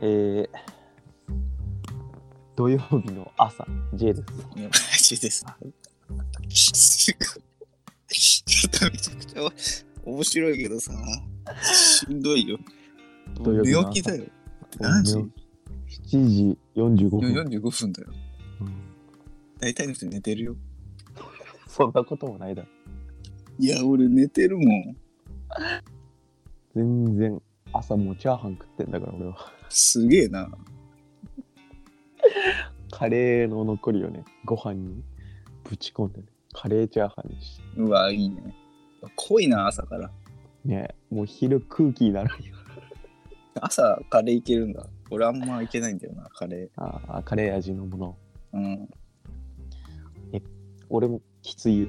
えー、土曜日の朝、J です。いやマジでさ、すごい。ちょっとめちゃくちゃ面白いけどさ、しんどいよ。土曜日の寝朝起きだよ。何時もう7時45分。 ?45 分だよ。うん大体の人寝てるよ。そんなこともないだろ。いや、俺寝てるもん。全然、朝もうチャーハン食ってんだから、俺は。すげえな。カレーの残りをね、ご飯にぶち込んでね、カレーチャーハンにして。うわ、いいね。濃いな、朝から。ねもう昼空気になるよ。朝、カレーいけるんだ。俺あんまいけないんだよな、カレああ、カレー味のもの。ー。うん。俺もきついよ。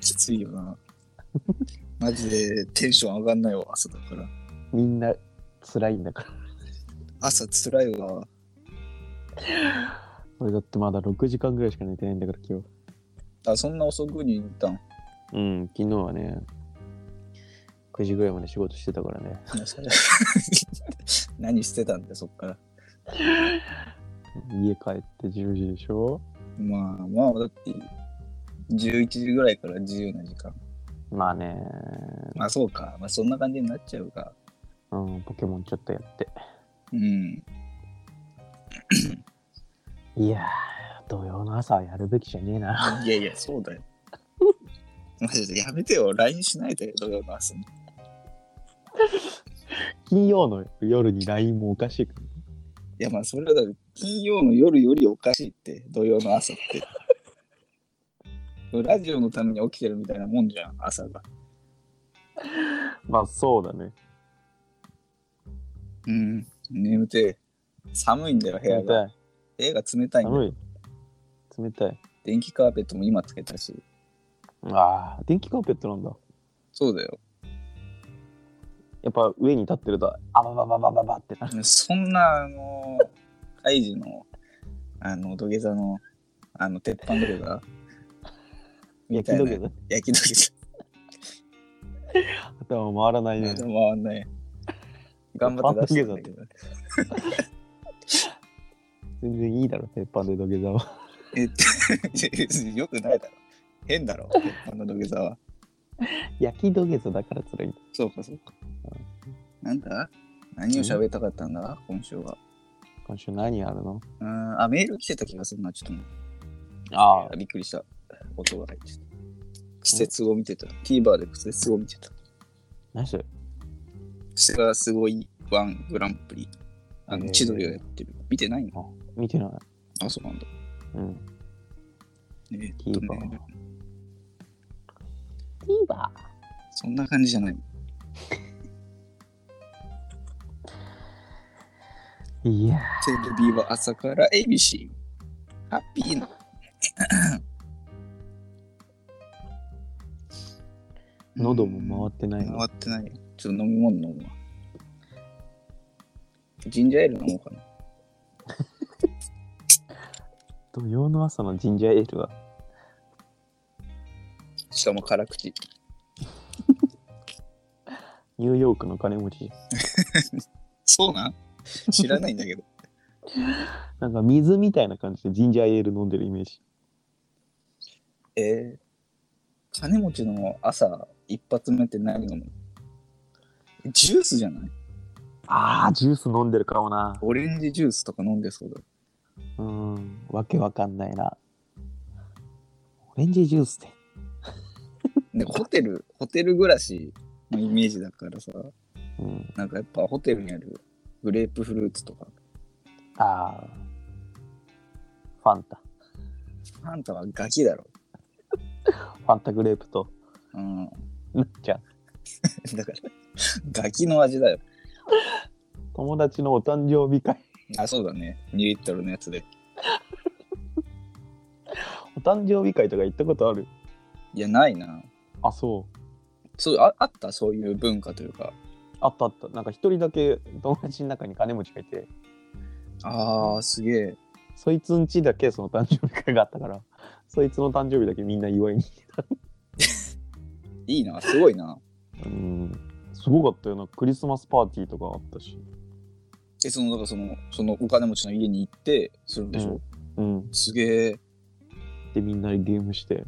きついよな。マジでテンション上がんないわ、朝だから。みんな辛いんだから。朝つらいわ。俺だってまだ6時間ぐらいしか寝てないんだから、今日。あ、そんな遅くに行ったんうん、昨日はね、9時ぐらいまで仕事してたからね。いやそれ 何してたんだよそっから家帰って10時でしょまあまあだって11時ぐらいから自由な時間まあね、まあそうかまあそんな感じになっちゃうかうん、ポケモンちょっとやって。うんいやー、土曜の朝はやるべきじゃねえな。 いやいやそうだよ マジでやめてよ LINE しないでよ土曜の朝に金曜の夜に LINE もおかしいから。いやまあそれはだから金曜の夜よりおかしいって土曜の朝ってラジオのために起きてるみたいなもんじゃん朝がまあそうだね。うん眠てえ寒いんだよ部屋冷がたい。部屋が冷たいんだよ寒い。冷たい。電気カーペットも今つけたしああ、電気カーペットなんだ。そ うだよ。やっぱ上に立ってると、あばばばばばばってなる。そんな、あの、カイジの、あの、土下座の、あの、鉄板土下座、 焼き土下座焼き土下頭回らないね座、で。も回んない。頑張って出したんだけど。全然いいだろ、鉄板で土下座は。 えっと、 よくないだろ。変だろ、鉄板の土下座は。焼き土下座だから辛い。そうか、そうか。なんだ何を喋りたかったんだ今週は。今週何あるのうーん、あ、メール来てた気がするな、ちょっと待って。ああびっくりした。音が入ってた。苦節を見てた。TVer で苦節を見てた。何それそれがすごいワングランプリ。あへの、ー千鳥がやってる。見てないの見てない。あ、そうなんだ。うん。えーっと TVer ね。 TVer。そんな感じじゃない。いやテレビは朝から ABC。ハッピーな。ー、 喉も回ってない回の。ってないよ。ちょっと飲み物飲むわ。ジンジャーエール飲もうかな。土曜の朝のジンジャーエールは。しかも 辛口。ニューヨークの金持ちじゃん。そうなん知らないんだけど。なんか水みたいな感じでジンジャーエール飲んでるイメージ。えー、金持ちの朝一発目って何飲むのジュースじゃないああ、ジュース飲んでるかもな。オレンジジュースとか飲んでそうだ。うん、わけわかんないな。オレンジジュースで。でホテル、ホテル暮らしのイメージだからさ、うん、なんかやっぱホテルにあるグレープフルーツとか、ああ。ファンタ。ファンタはガキだろ。ファンタグレープと、うん。なっちゃん。だから、ガキの味だよ。友達のお誕生日会。あ、そうだね。2リットルのやつで。お誕生日会とか行ったことあるいや、ないな。あ、そう。そうああったそういう文化というか。あったあった。なんか一人だけ友達の中に金持ちがいて、あー、すげえ。そいつんちだけその誕生日会があったから、そいつの誕生日だけみんな祝いに。いいな、すごいな。うん、すごかったよな。クリスマスパーティーとかあったし。え、その、だからその、そのお金持ちの家に行って、するんでしょ、うん。すげえ、で、みんなでゲームして。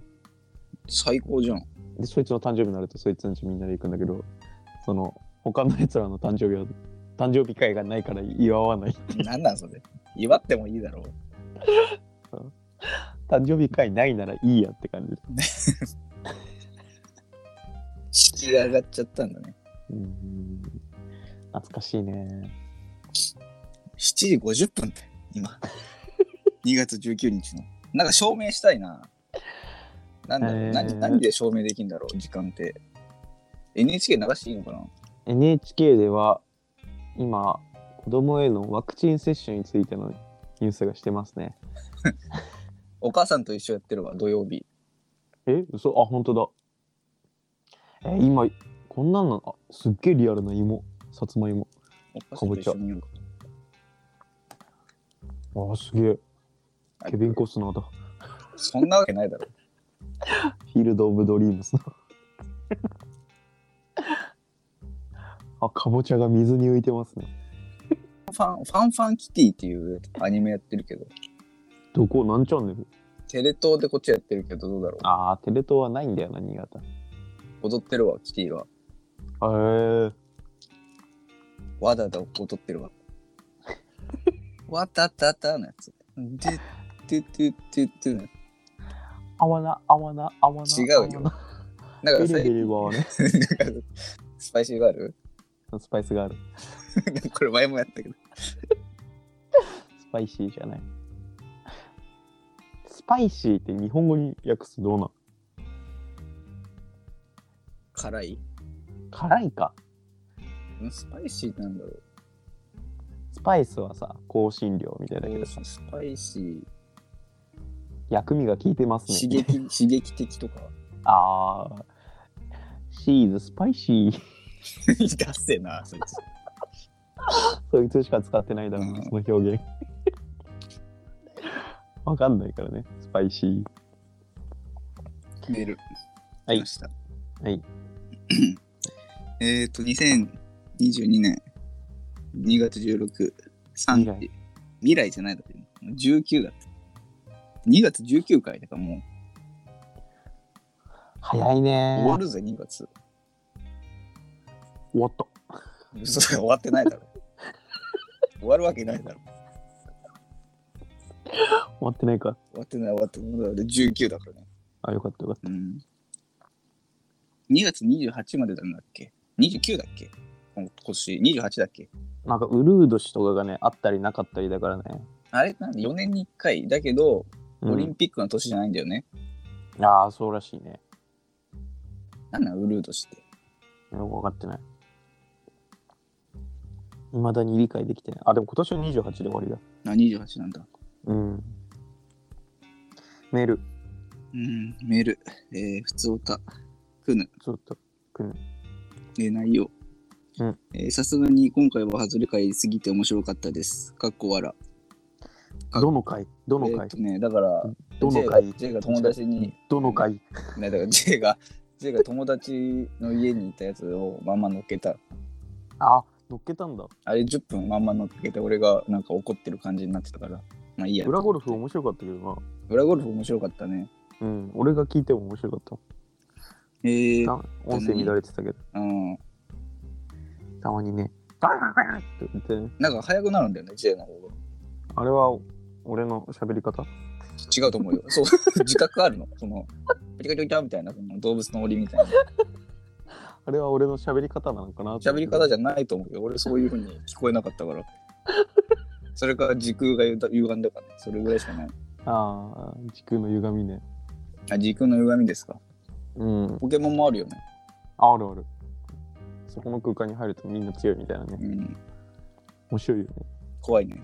最高じゃん。 で、そいつの誕生日になると、そいつの家みんなで行くんだけど、その、他の奴らの誕生日は、誕生日会がないから祝わない。なんなんそれ。祝ってもいいだろう。誕生日会ないならいいやって感じ。敷居が上がっちゃったんだね。うん。懐かしいね。 7時50分って、今。2月19日の。なんか証明したいな。なんだろう、えー何何で証明できるんだろう、時間って。NHK 流していいのかな NHK では今子供へのワクチン接種についてのニュースがしてますねお母さんと一緒やってるわ、土曜日。え嘘あ本当だえ今こんなんなのあすっげえリアルな芋さつまいもお母さんと一緒に見ようかあすげえケビン・コスナーだそんなわけないだろ。フィールド・オブ・ドリームス あかぼちゃが水に浮いてますねファンファンファンキティっていうアニメやってるけど、どこ何チャンネルテレ東でこっちやってるけど、どうだろあーテレ東はないんだよな新潟う。踊ってるわ、キティは。へえわだだ踊っ てるわ。わたたたのやつ。で、ててててのやあわなあわなあわつ。な違うよ。 だからビさリビリはねなんか スパイシーガール スパイスがある。なんかこれ前もやったけど。スパイシーじゃない。スパイシーって日本語に訳すとどうなの辛い辛いか。スパイシーなんだろう。スパイスはさ、香辛料みたいだけどさ、スパイシー、薬味が効いてますね。刺激、刺激的とか。 ああ。シーズスパイシー。 出せえな、そいつ。そいつしか使ってないだろううな、んその表現。 わかんないからね、スパイシー。メール。はい来ました。はい。えっと、2022年2月16、未3来時。未来じゃないだって。もう19だって。2月19回だからもう早いね終わるぜ、2月。終わった。嘘だよ終わってないだ ろ。終わるわけないだろ。終わってないか。終わってない、終わってない。で19だからね。あ、よかったよかっうん。2月28までなんだっけ ?29 だっけ今年28だっけた。なんか、ウルード氏とかがね、あったりなかったりだからね。あれなんで4年に1回だけど、うんオリンピックの年じゃないんだよね。ああ、そうらしいね。なんなんウルードして。よく分かってない。未だに理解できてない。あ、でも今年は28で終わりだ。あ、28なんだ。うん。メール、うん、メール。えー、普通おた。くぬ。ずっと来る。えー、内容うん。えーさすがに今回は外れ会すぎて面白かったです。かっこわら。かどの回どえのーっ回とね、だから、どの回 J が J が友達に、どの回ね、だから J が、J が友達の家にいたやつをまんま乗っけた。あ、乗っけたんだ。あれ10分まんま乗っけて俺がなんか怒ってる感じになってたから。まあいいや。裏ゴルフ面白かったけどな。裏ゴルフ面白かったね。うん、俺が聞いても面白かった。えー、た音声乱れてたけど、うん。たまにね、ガンガンガンって言ってね、なんか早くなるんだよね、J の方が。あれは俺の喋り方違うと思うよ。そう、自覚あるの。その、ピリカリカリみたいな、その動物の檻みたいな。あれは俺の喋り方なのかな喋り方じじゃないと思うよ。俺、そういうふうに聞こえなかったから。それから時空がゆだ歪んだからね。それぐらいしかない。ゃああ、時空の歪みね。あ、時空の歪みですか。うん、ポケモンもあるよね。あるある。そこの空間に入るとみんな強いみたいなね。うん。面白いよね。怖いね。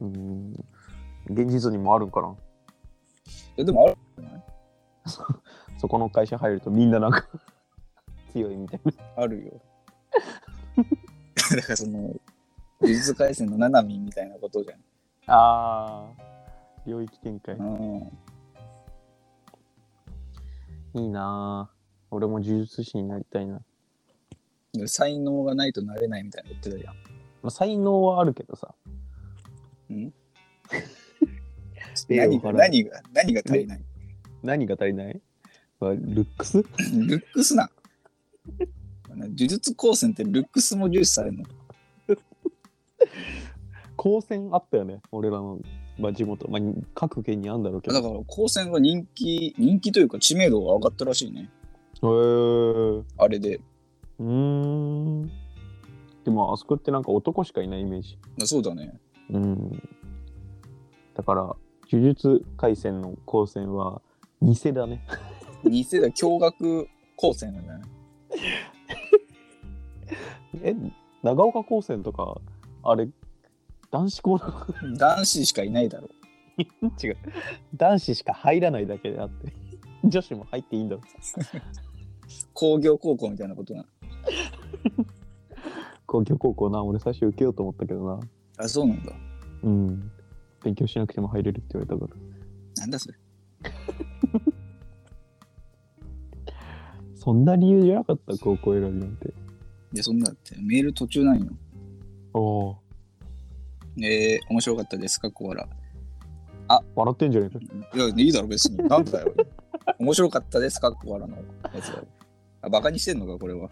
うん。現実にもあるんかな。え、でもあるそこの会社入るとみんななんか 強いみたいな。あるよ。 だからその、呪術廻戦のナナミみたいなことじゃん。ああ。領域展開。うん。いいなあ俺も呪術師になりたいな。才能がないとなれないみたいな言ってたじゃん。まあ、才能はあるけどさ。礼を何払がう何が何が足りない何が足りないまあルックスルックスな。呪術高専ってルックスも重視されるの高専あったよね。俺らの、まあ、地元。まあ、各県にあんだろうけど。だへから高専は人気人気というか知名度が上がったらしいねえー。あれでうーん。でも、あそこってなんか男しかいないイメージ。そうだねうん。だから、呪術廻戦の高専は、偽だね。 2世代驚愕高専だねえ、長岡高専とか、あれ、男子校な男子しかいないだろの違う。 男子しか入らないだけであって、 女子も入っていいんだろ工業高校みたいなことな工業高校な、俺最初受けようと思ったけどな。あそうなんだうん。勉強しなくても入れるって言われたから。なんだそれそんな理由じゃなかった、高校選びなんて。いやそんなだってメール途中なんよおお。えー、面白かったですかこわら笑ってんじゃねえか。いやいいだろ別になんだよ面白かったですかこわらのやつだよあバカにしてんのかこれはん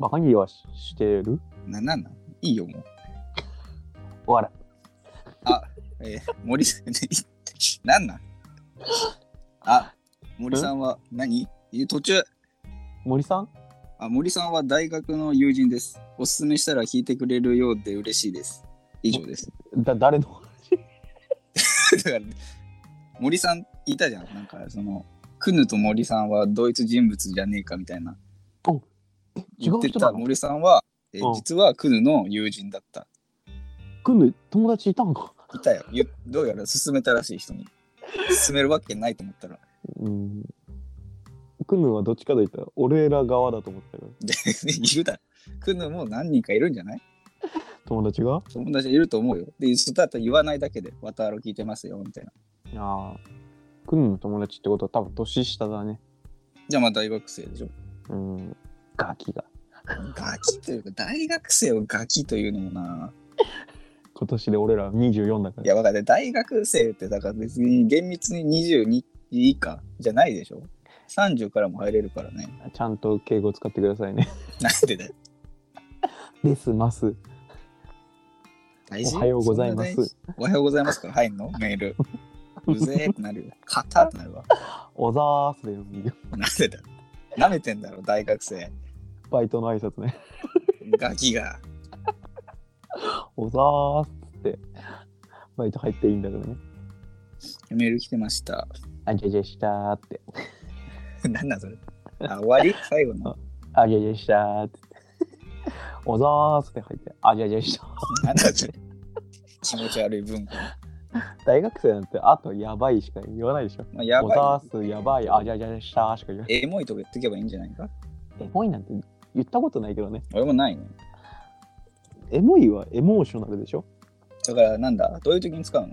バカにはししてるななんなんいいよもう笑えー、森さんなんなんあ森さんは何いや途中森さんあ森さんは大学の友人です。おすすめしたら聞いてくれるようで嬉しいです。以上です。 だ誰のだから森さんいたじゃん。なんかそのクヌと森さんは同一人物じゃねえかみたいな。違言っうて人なたの森さんは、えうん実はクヌの友人だった。くんの友達いたんかいたよ。ゆどうやら勧めたらしい人に。勧めるわけないと思ったら。うん。くんのはどっちかと言ったら俺ら側だと思ったよ。で いるだろ。クヌも何人かいるんじゃない友達が友達いると思うよ。で、そしたら言わないだけで、わたあろ聞いてますよみたいな。ああ。くんの友達ってことは多分年下だね。じゃあまあ大学生でしょ。うん。ガキが。ガキというか、大学生をガキというのもな。今年で俺ら24だかいら。や、わかんない。大学生って、だから別に厳密に22以下じゃないでしょ。30からも入れるからね。ちゃんと敬語使ってください ね。なんでだよ。ですます。大おはようございま。そんなす。大事おはようございますから入んのメール。うぜーってなるよ。カタってなるわ。おざーすでもいいよ。なんでだよ。舐めてんだろ、大学生。バイトの挨拶ね。ガキが。おざーすって。バイト入っていいんだからね。メール来てま した。あじゃじゃしたーって。なんなんそれ。あ、終わ り最後の。あじゃじゃしたーって。おざーすって入って。あじゃじゃしたー。なんだそれ。気持ち悪い文化。大学生なんてあとやばいしか言わないでしょ。まあ、やおばい。ざーす、やばい、あじゃじゃしたーしか言わない。エモいとか言ってけばいいんじゃないかエモいなんて言ったことないけどね。俺もないね。エモいはエモーショナルでしょ。だからなんだどういう時に使う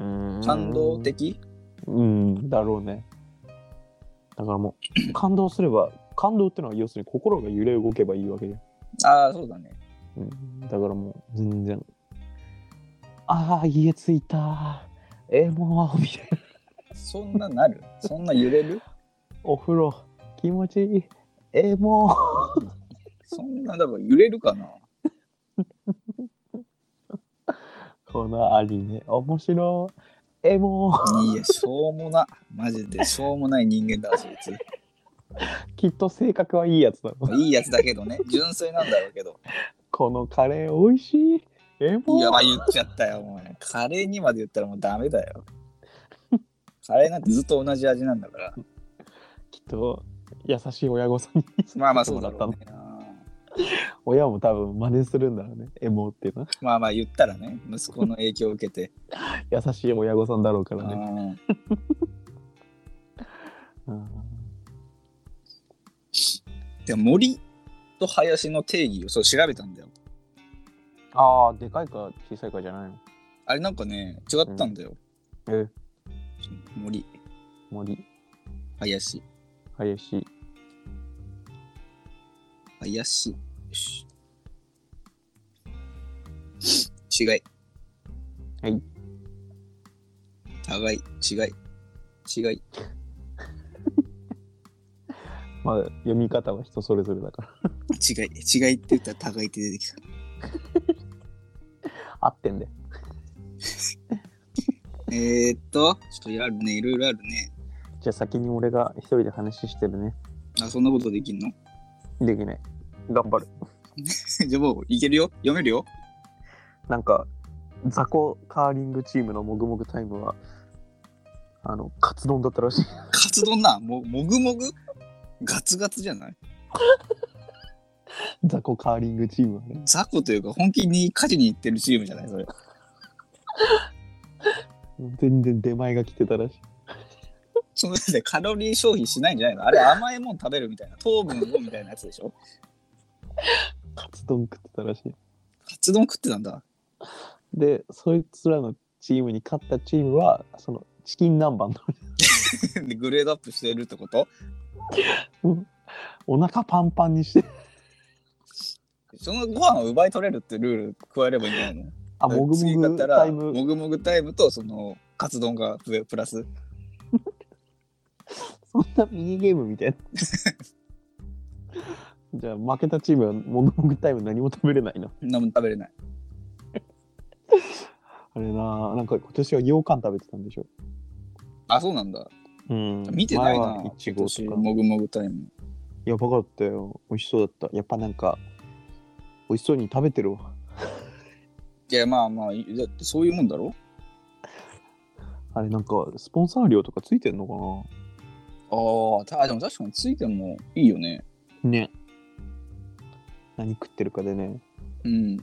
の感動。的うん、だろうね。だからもう、感動すれば、感動ってのは要するに心が揺れ動けばいいわけじゃん。ああ、そうだね。うんだからもう全然ああ家着いたえー、もうみたいなそんななるそんな揺れるお風呂気持ちいいえー、もそんなだから揺れるかなうこのアニメ面白いえー、もいや、しょうもな。マジでしょうもない人間だわ、そいつ。うきっと性格はいいやつだろいいやつだけどね。純粋なんだろうけど。このカレー美味しいえー、もいや、まあう言っちゃったよ、もうね。カレーにまで言ったらもうダメだ よ。カレーなんてずっと同じ味なんだから。きっと優しい親御さんにまあま あそうだったろうのね。うん親も多分真似するんだろうねえーもうっていうの はまあまあ言ったらね、息子の影響を受 けて。優しい親御さんだろうからねうんうんでも森と林の定義をそう調べたんだよ。ああでかいか小さいかじゃないのあれなんかね、違ったんだよ。え森、森林、林林。よし違い。はい。互い、違い。違い。まあ、読み方は人それぞれだから。違い。違いって言ったら互いって出てきた。合ってんで。えー、っと、ちょっといろいろあるね。いろいろあるね。じゃあ先に俺が一人で話してるね。あ、そんなことできんのできない。頑張る。 じゃあもういけるよ読めるよなんか、雑魚カーリングチームのもぐもぐタイムは、あの、カツ丼だったらしい。カツ丼な。も、もぐもぐガツガツじゃない 雑魚カーリングチームはね。雑魚というか本気に家事に行ってるチームじゃないそれ。全然出前が来てたらしい。そのでカロリー消費しないんじゃないのあれ甘いもん食べるみたいな。糖分をみたいなやつでしょカツ丼食ってたらしい。カツ丼食ってたんだ。で、そいつらのチームに勝ったチームは、その、チキン南蛮のでグレードアップしてるってことお腹パンパンにして、そのご飯を奪い取れるってルール加えればいいんじゃないのあ、もぐ次も買っぐたらタイムもぐもぐタイムとそのカツ丼が増えプラスそんなミニゲームみたいな。 じゃあ負けたチームはもぐもぐタイム何も食べれないな。何も食べれないあれな、なんか今年は羊羹食べてたんでしょ。あそうなんだうん見てないな前はイチ今ゴ年とか。もぐもぐタイムやばかったよ。美味しそうだった。やっぱなんか、美味しそうに食べてるわ。いやまあまあいだってそういうもんだろあれなんか、スポンサー料とかついてんのかあーたあでも確かについてもいいよねなね。何食ってるかでね、うん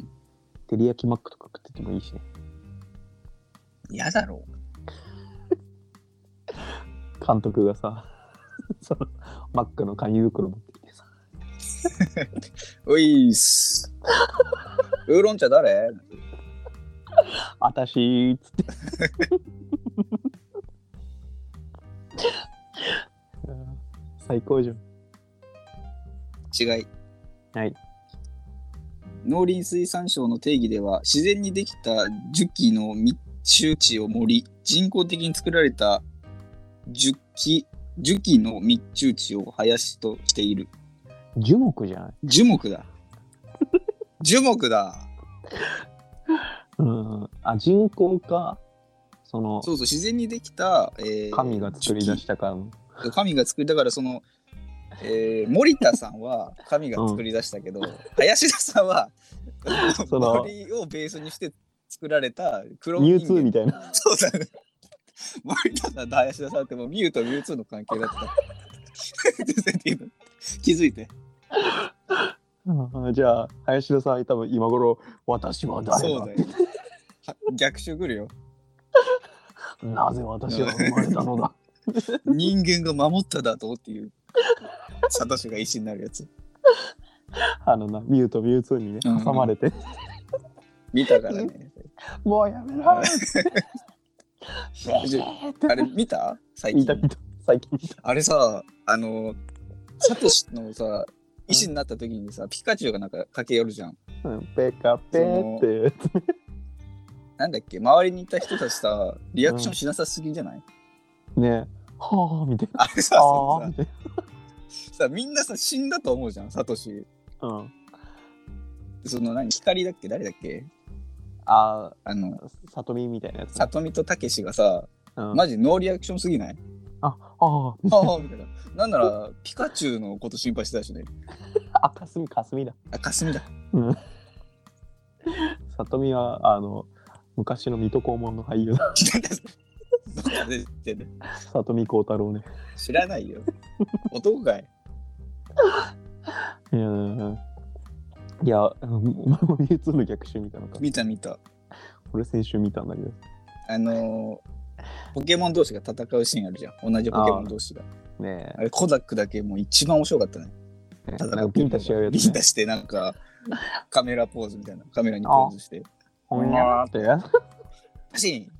照り焼きマックとか食っててもいいしね。嫌だろ監督がさ、 そのマックの紙袋持ってきてさ、うい っすウーロン茶誰あたしーっつって。 最高じゃん。違いはい農林水産省の定義では自然にできた樹木の密集地を森人工的に作られた樹木樹木の密集地を林としている樹木じゃない樹 木だ樹木だうん。あ、人工か、その、そうそう自然にできた、えー神が作り出したからの。樹木神が作りだからその、えー森田さんは神が作り出したけど、林田さんはその森をベースにして作られた黒ミュ人ウツー間みたいな。そうだね。森田さんと林田さんってもうミュウとミュウツーの関係だった。 気づいて。うんじゃあ、林田さん、多分今頃、私は誰そうだだよ。は逆襲来るよ。なぜ私は生まれたのだ人間が守っただとっていう。サトシが石になるやつ。あのな、ミュウとミュウツーにね、うん挟まれて、見たか らね。もうやめろ あれ見た最見た近。見た、最近見た。あれさ、あの、サトシのさ、石になった時にさ、ピカチュウがなんか駆け寄るじゃん。うんペカペーって。なんだっけ周りにいた人たちさ、リアクションしなさすぎじゃない、ねはあみたいな。あれさ、そああのさみたいさみんなさ死んだと思うじゃんサトシな。うん。その何光だっけ誰だっけああのあ、さとみみたいなやつ。里美とたけしがさうん、マジノーリアクションすぎない、ああああみたいななんならピカチュウのこと心配してたしねあ、かすみ、かすみだ。あかすみだ うん。さとみは、あの、昔の水戸黄門の俳 優だ。どっかで言ってんのさとみ幸太郎ね。知らないよ男かいいやーいや、うんお前もミュウツーの逆襲見たのか。見た見た俺先週見たんだけど。あのーポケモン同士が戦うシーンあるじゃん同じポケモン同士がねあれコザックだけもう一番面白かったねえ。ね戦うなんかピンタし合うやビつ、ンねタ。してなんかカメラポーズみたいなカメラにポーズしてほにゃーってやつ。パシーン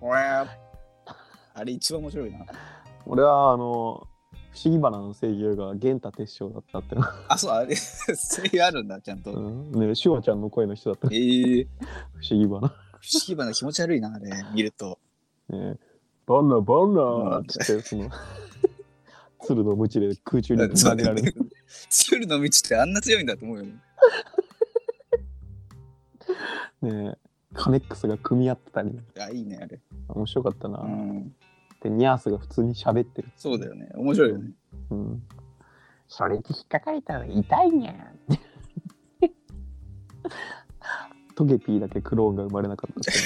おやーあれ一番面白いな。俺は、あの、不思議花の声優が源太鉄章だったってな、あ、そう、あれ、 それあるんだ、ちゃんと。うんね、シュワちゃんの声の人だったえー、不思議花不思議花気持ち悪いな、あれ、見ると。ねえ、バンナーバンナーうんっつってその 鶴の鞭で空中に投げられる。鶴の道ってあんな強いんだと思うよね。ねえカネックスが組み合ってたりあ、いいね、あれ。面白かったな、うん。でニャースが普通に喋ってる、そうだよね。面白いよね。うん、それで引っかかれたら痛いにゃん トゲピーだけクローンが生まれなかったし、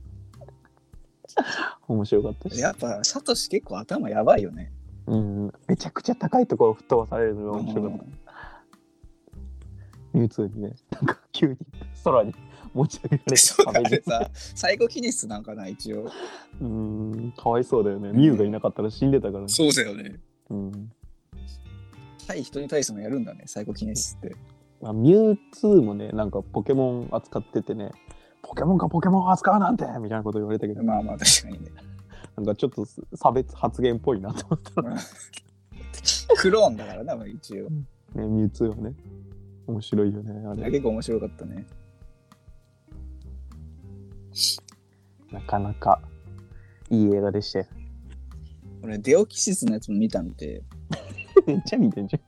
面白かったし、やっぱ、サトシ結構頭やばいよね。うん、めちゃくちゃ高いところを吹っ飛ばされるのが面白かったうんミュウツーにね、なんか急に空に持ち上げられてそうだ壁ねに。さ、最後記念室なんかな、一応。うーん、かわいそうだよね。ミュウがいなかったら死んでたからね。そうだよね。うん対人に対してもやるんだね、最後記念室って。まあ、ミュウツーもね、なんかポケモン扱っててね、ポケモンかポケモンを扱うなんてみたいなこと言われたけど、まあまあ、確かにね。なんかちょっと差別発言っぽいなと思 ったら、クローンだからな、まあ一応。ね、ミュウツーはね、面白いよね。あれ結構面白かったね。なかなかいい映画でしたよ。俺、デオキシスのやつも見たんで、 めっちゃ見てんじい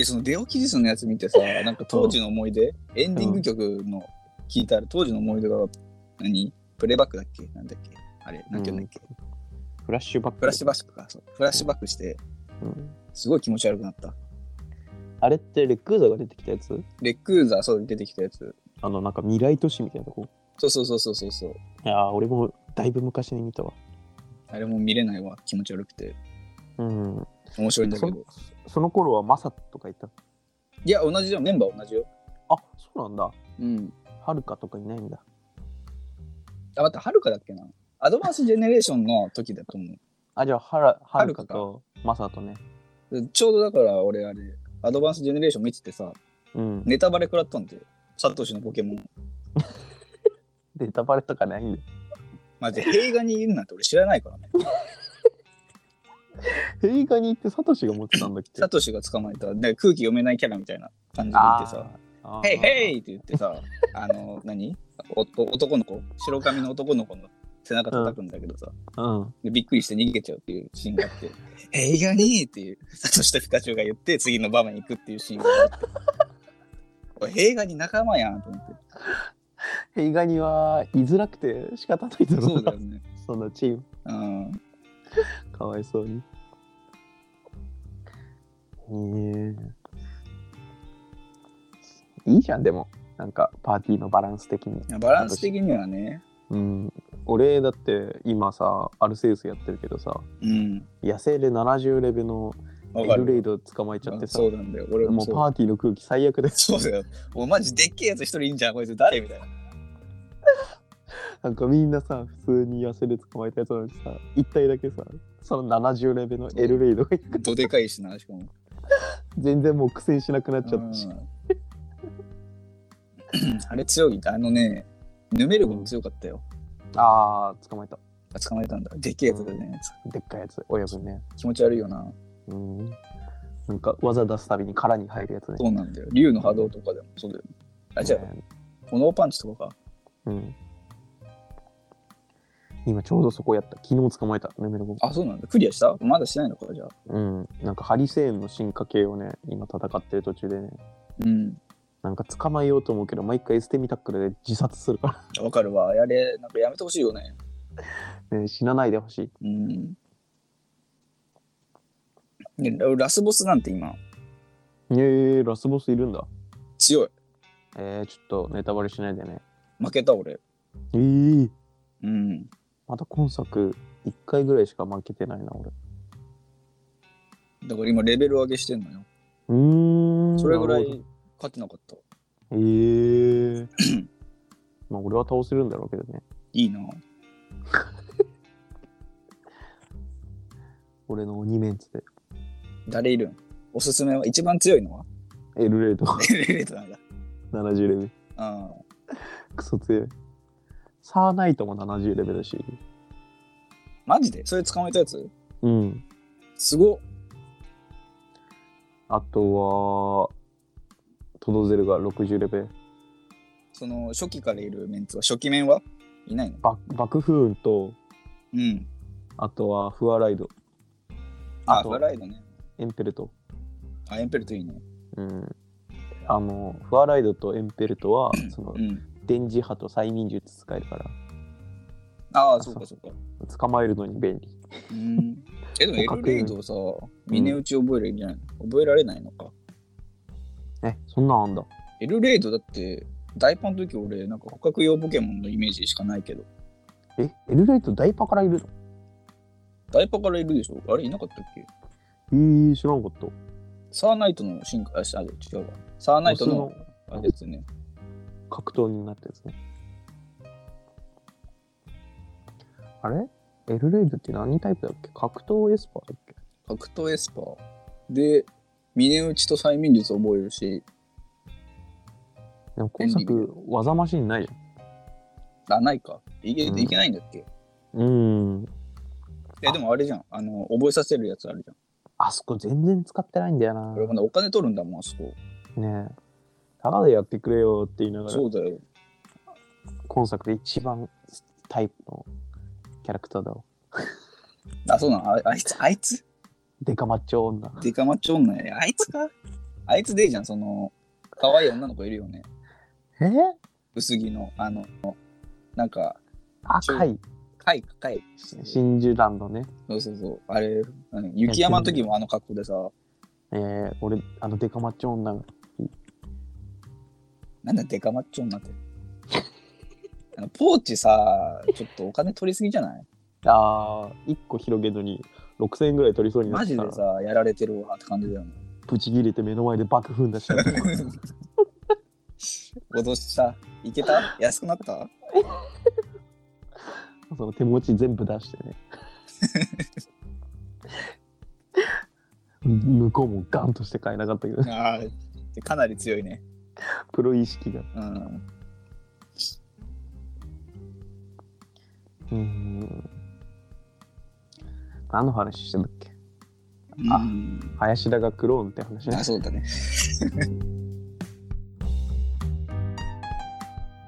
や、そのデオキシスのやつ見てさ、なんか当時の思い出、エンディング曲の聞いたら、当時の思い出が、何プレイバックだっけなんだっけあれ、なんて言うんだっけ、ゃん。フラッシュバック。フラッシュバックか。そうフラッシュバックして、うんすごい気持ち悪くなった。あれってレックーザが出てきたやつレックーザー、そう、出てきたやつ。あの、なんか未来都市みたいなとこ。そうそうそうそうそうそう。いやー俺もだいぶ昔に見たわ。あれも見れないわ、気持ち悪くて。うん。面白いんだけそど。その頃はマサとかいた。いや、同じよ、メンバー同じよ。あそうなんだ。うん。はるかとかいないんだ。あ、待って、はるかだっけな。アドバンスジェネレーションの時だと思あ、じゃあはら、ははるるかかかとマサとね。う。でちょうどだから俺あれ、アドバンスジェネレーション見ててさ、 うん。ネタバレ食らったんで、サトシのポケモン。ネタバレとかないんだ。マジで映画にいるなんて俺知らないからね。映画に行ってサトシが持ってたんだっけ サトシが捕まえた、で空気読めないキャラみたいな感じで言ってさ、あーヘイヘイって言ってさ、あの、何お男の子、白髪の男の子の背中叩くんだけどさ、うん。でびっくりして逃げちゃうっていうシーンがあって、 映画にっていう、サトシとピカチュウが言って、次の場面行くっていうシーンがあって。これ 映画に仲間やんと 思って。映画には居づらくて仕方ないだろそううだなよ。ね。 そんなチーム。うん。かわいそうに。へえ。いいじゃん、でも。なんかパーティーのバランス的に。バランス的にはね、うん、俺だって今さアルセウスやってるけどさうん。野生で70レベルのわエかルレイる。ド捕まえちゃってさそうなんだよ。俺ももうそうパーティーの空気最悪でそうだよ。もうマジでっけえやつ一人いんじゃん、こいつ誰みたいな。なんかみんなさ普通に野生で捕まえたやつなのにさ一体だけさその70レベルのエルレイドがどでかいしな、しかも。全然もう苦戦しなくなっちゃったしうんあれ強いんだ。あのね、ヌメルゴも強かったよ。あー捕まえたあ捕まえたんだ。でっけえやつだね。でっかいやつ親分ね気持ち悪いよな。うんなんか技出すたびに殻に入るやつねそうなんだよ。竜の波動とかでもそうだよ。あ、じゃあ、炎パンチとかか。うん今ちょうどそこやった昨日捕まえたレベル5あ、そうなんだ。クリアしたまだしてないのか、じゃあ。うん、なんかハリセーンの進化系をね、今戦ってる途中でね、うん。なんか捕まえようと思うけど、毎回ステミタックルで自殺するかわかるわ。やれ、なんかやめてほしいよね。ら、ね、 死なないでほしい。うん。ねララスボスなんて今、えー、ラスボスいるんだ。強い。えー、ちょっとネタバレしないでね。負けた俺。えー、うん。また今作、1回ぐらいしか負けてないな、俺。だから今、レベル上げしてんのよ。うーん。それぐらなるい勝てなかった。ほど。え ー。まあ、俺は倒せるんだろうけどね。いいな。俺の鬼メンツで。誰いるんおすすめは一番強いのはエルレイド レレートなんだ。 70レベル。あクソ強い。サーナイトも70レベルだし。マジでそれ捕まえたやつうん。すごっあとは、トドゼルが60レベル。その初期からいるメンツは初期面はいないのバ爆風雲と、うん。あとはフアライド、あ、あとフライドね。エンペルト。あ、エンペルトいいね。うん。あの、フアライドとエンペルトは、そのう、ん。電磁波と催眠術使えるから、ああ、そうかそうか。捕まえるのに便利。うん。え、でもエルレイドさ、峰打ち覚える意味ないの覚えられないのか。え、そんなんあんだ。エルレイドだって、大パンの時俺、なんか捕獲用ポケモンのイメージしかないけど。え、エルレイトダイパからいるの大パからいるでしょあれいなかったっけえー、知らんかった。サーナイトの進化、あ、しあ違うわ。サーナイトのオ、スあれですね。格闘になったやつね。あれエルレイドって何タイプだっけ格闘エスパーだっけ格闘エスパー。で、峰打ちと催眠術覚えるし、でも今便作、技マシンないじあ、ないか。いけ,、うんいけないんだっけゃん。うーん。え、でもあれじゃん。あの、覚えさせるやつあるじゃん。あそこ全然使ってないんだよな俺。まだお金取るんだもん、あそこ。ねえ。ただでやってくれよって言いながらそ、うだよ。今作で一番タイプのキャラクターだわ。あ、そうなのああいつ、あいつデカマッチョ女。デカマッチョ女や。あいつかあいつでいいじゃん、その、可愛い女の子いるよね。え薄着の、あの、なんか、赤い。かいかい。真珠ランドね。そうそうそう。あれ、何雪山の時もあの格好でさ、えー、俺、あのデカマッチョ女がなんだデカマッチョ女って。あのポーチさ、ちょっとお金取りすぎじゃないああ、1個広げるのに6000円ぐらい取りそうになマっジてでたら、さ、やられてるわって感じだよね。ブチ切れて目の前で爆風出 した。脅した。いけた安くなったその手持ち全部出して ね。向こうもガンとして買えなかったけど、ああ、かなり強いね。プロ意識が。うん。うーん。何の話してたっけうん林田がクローンって話ねあ、。そうだね。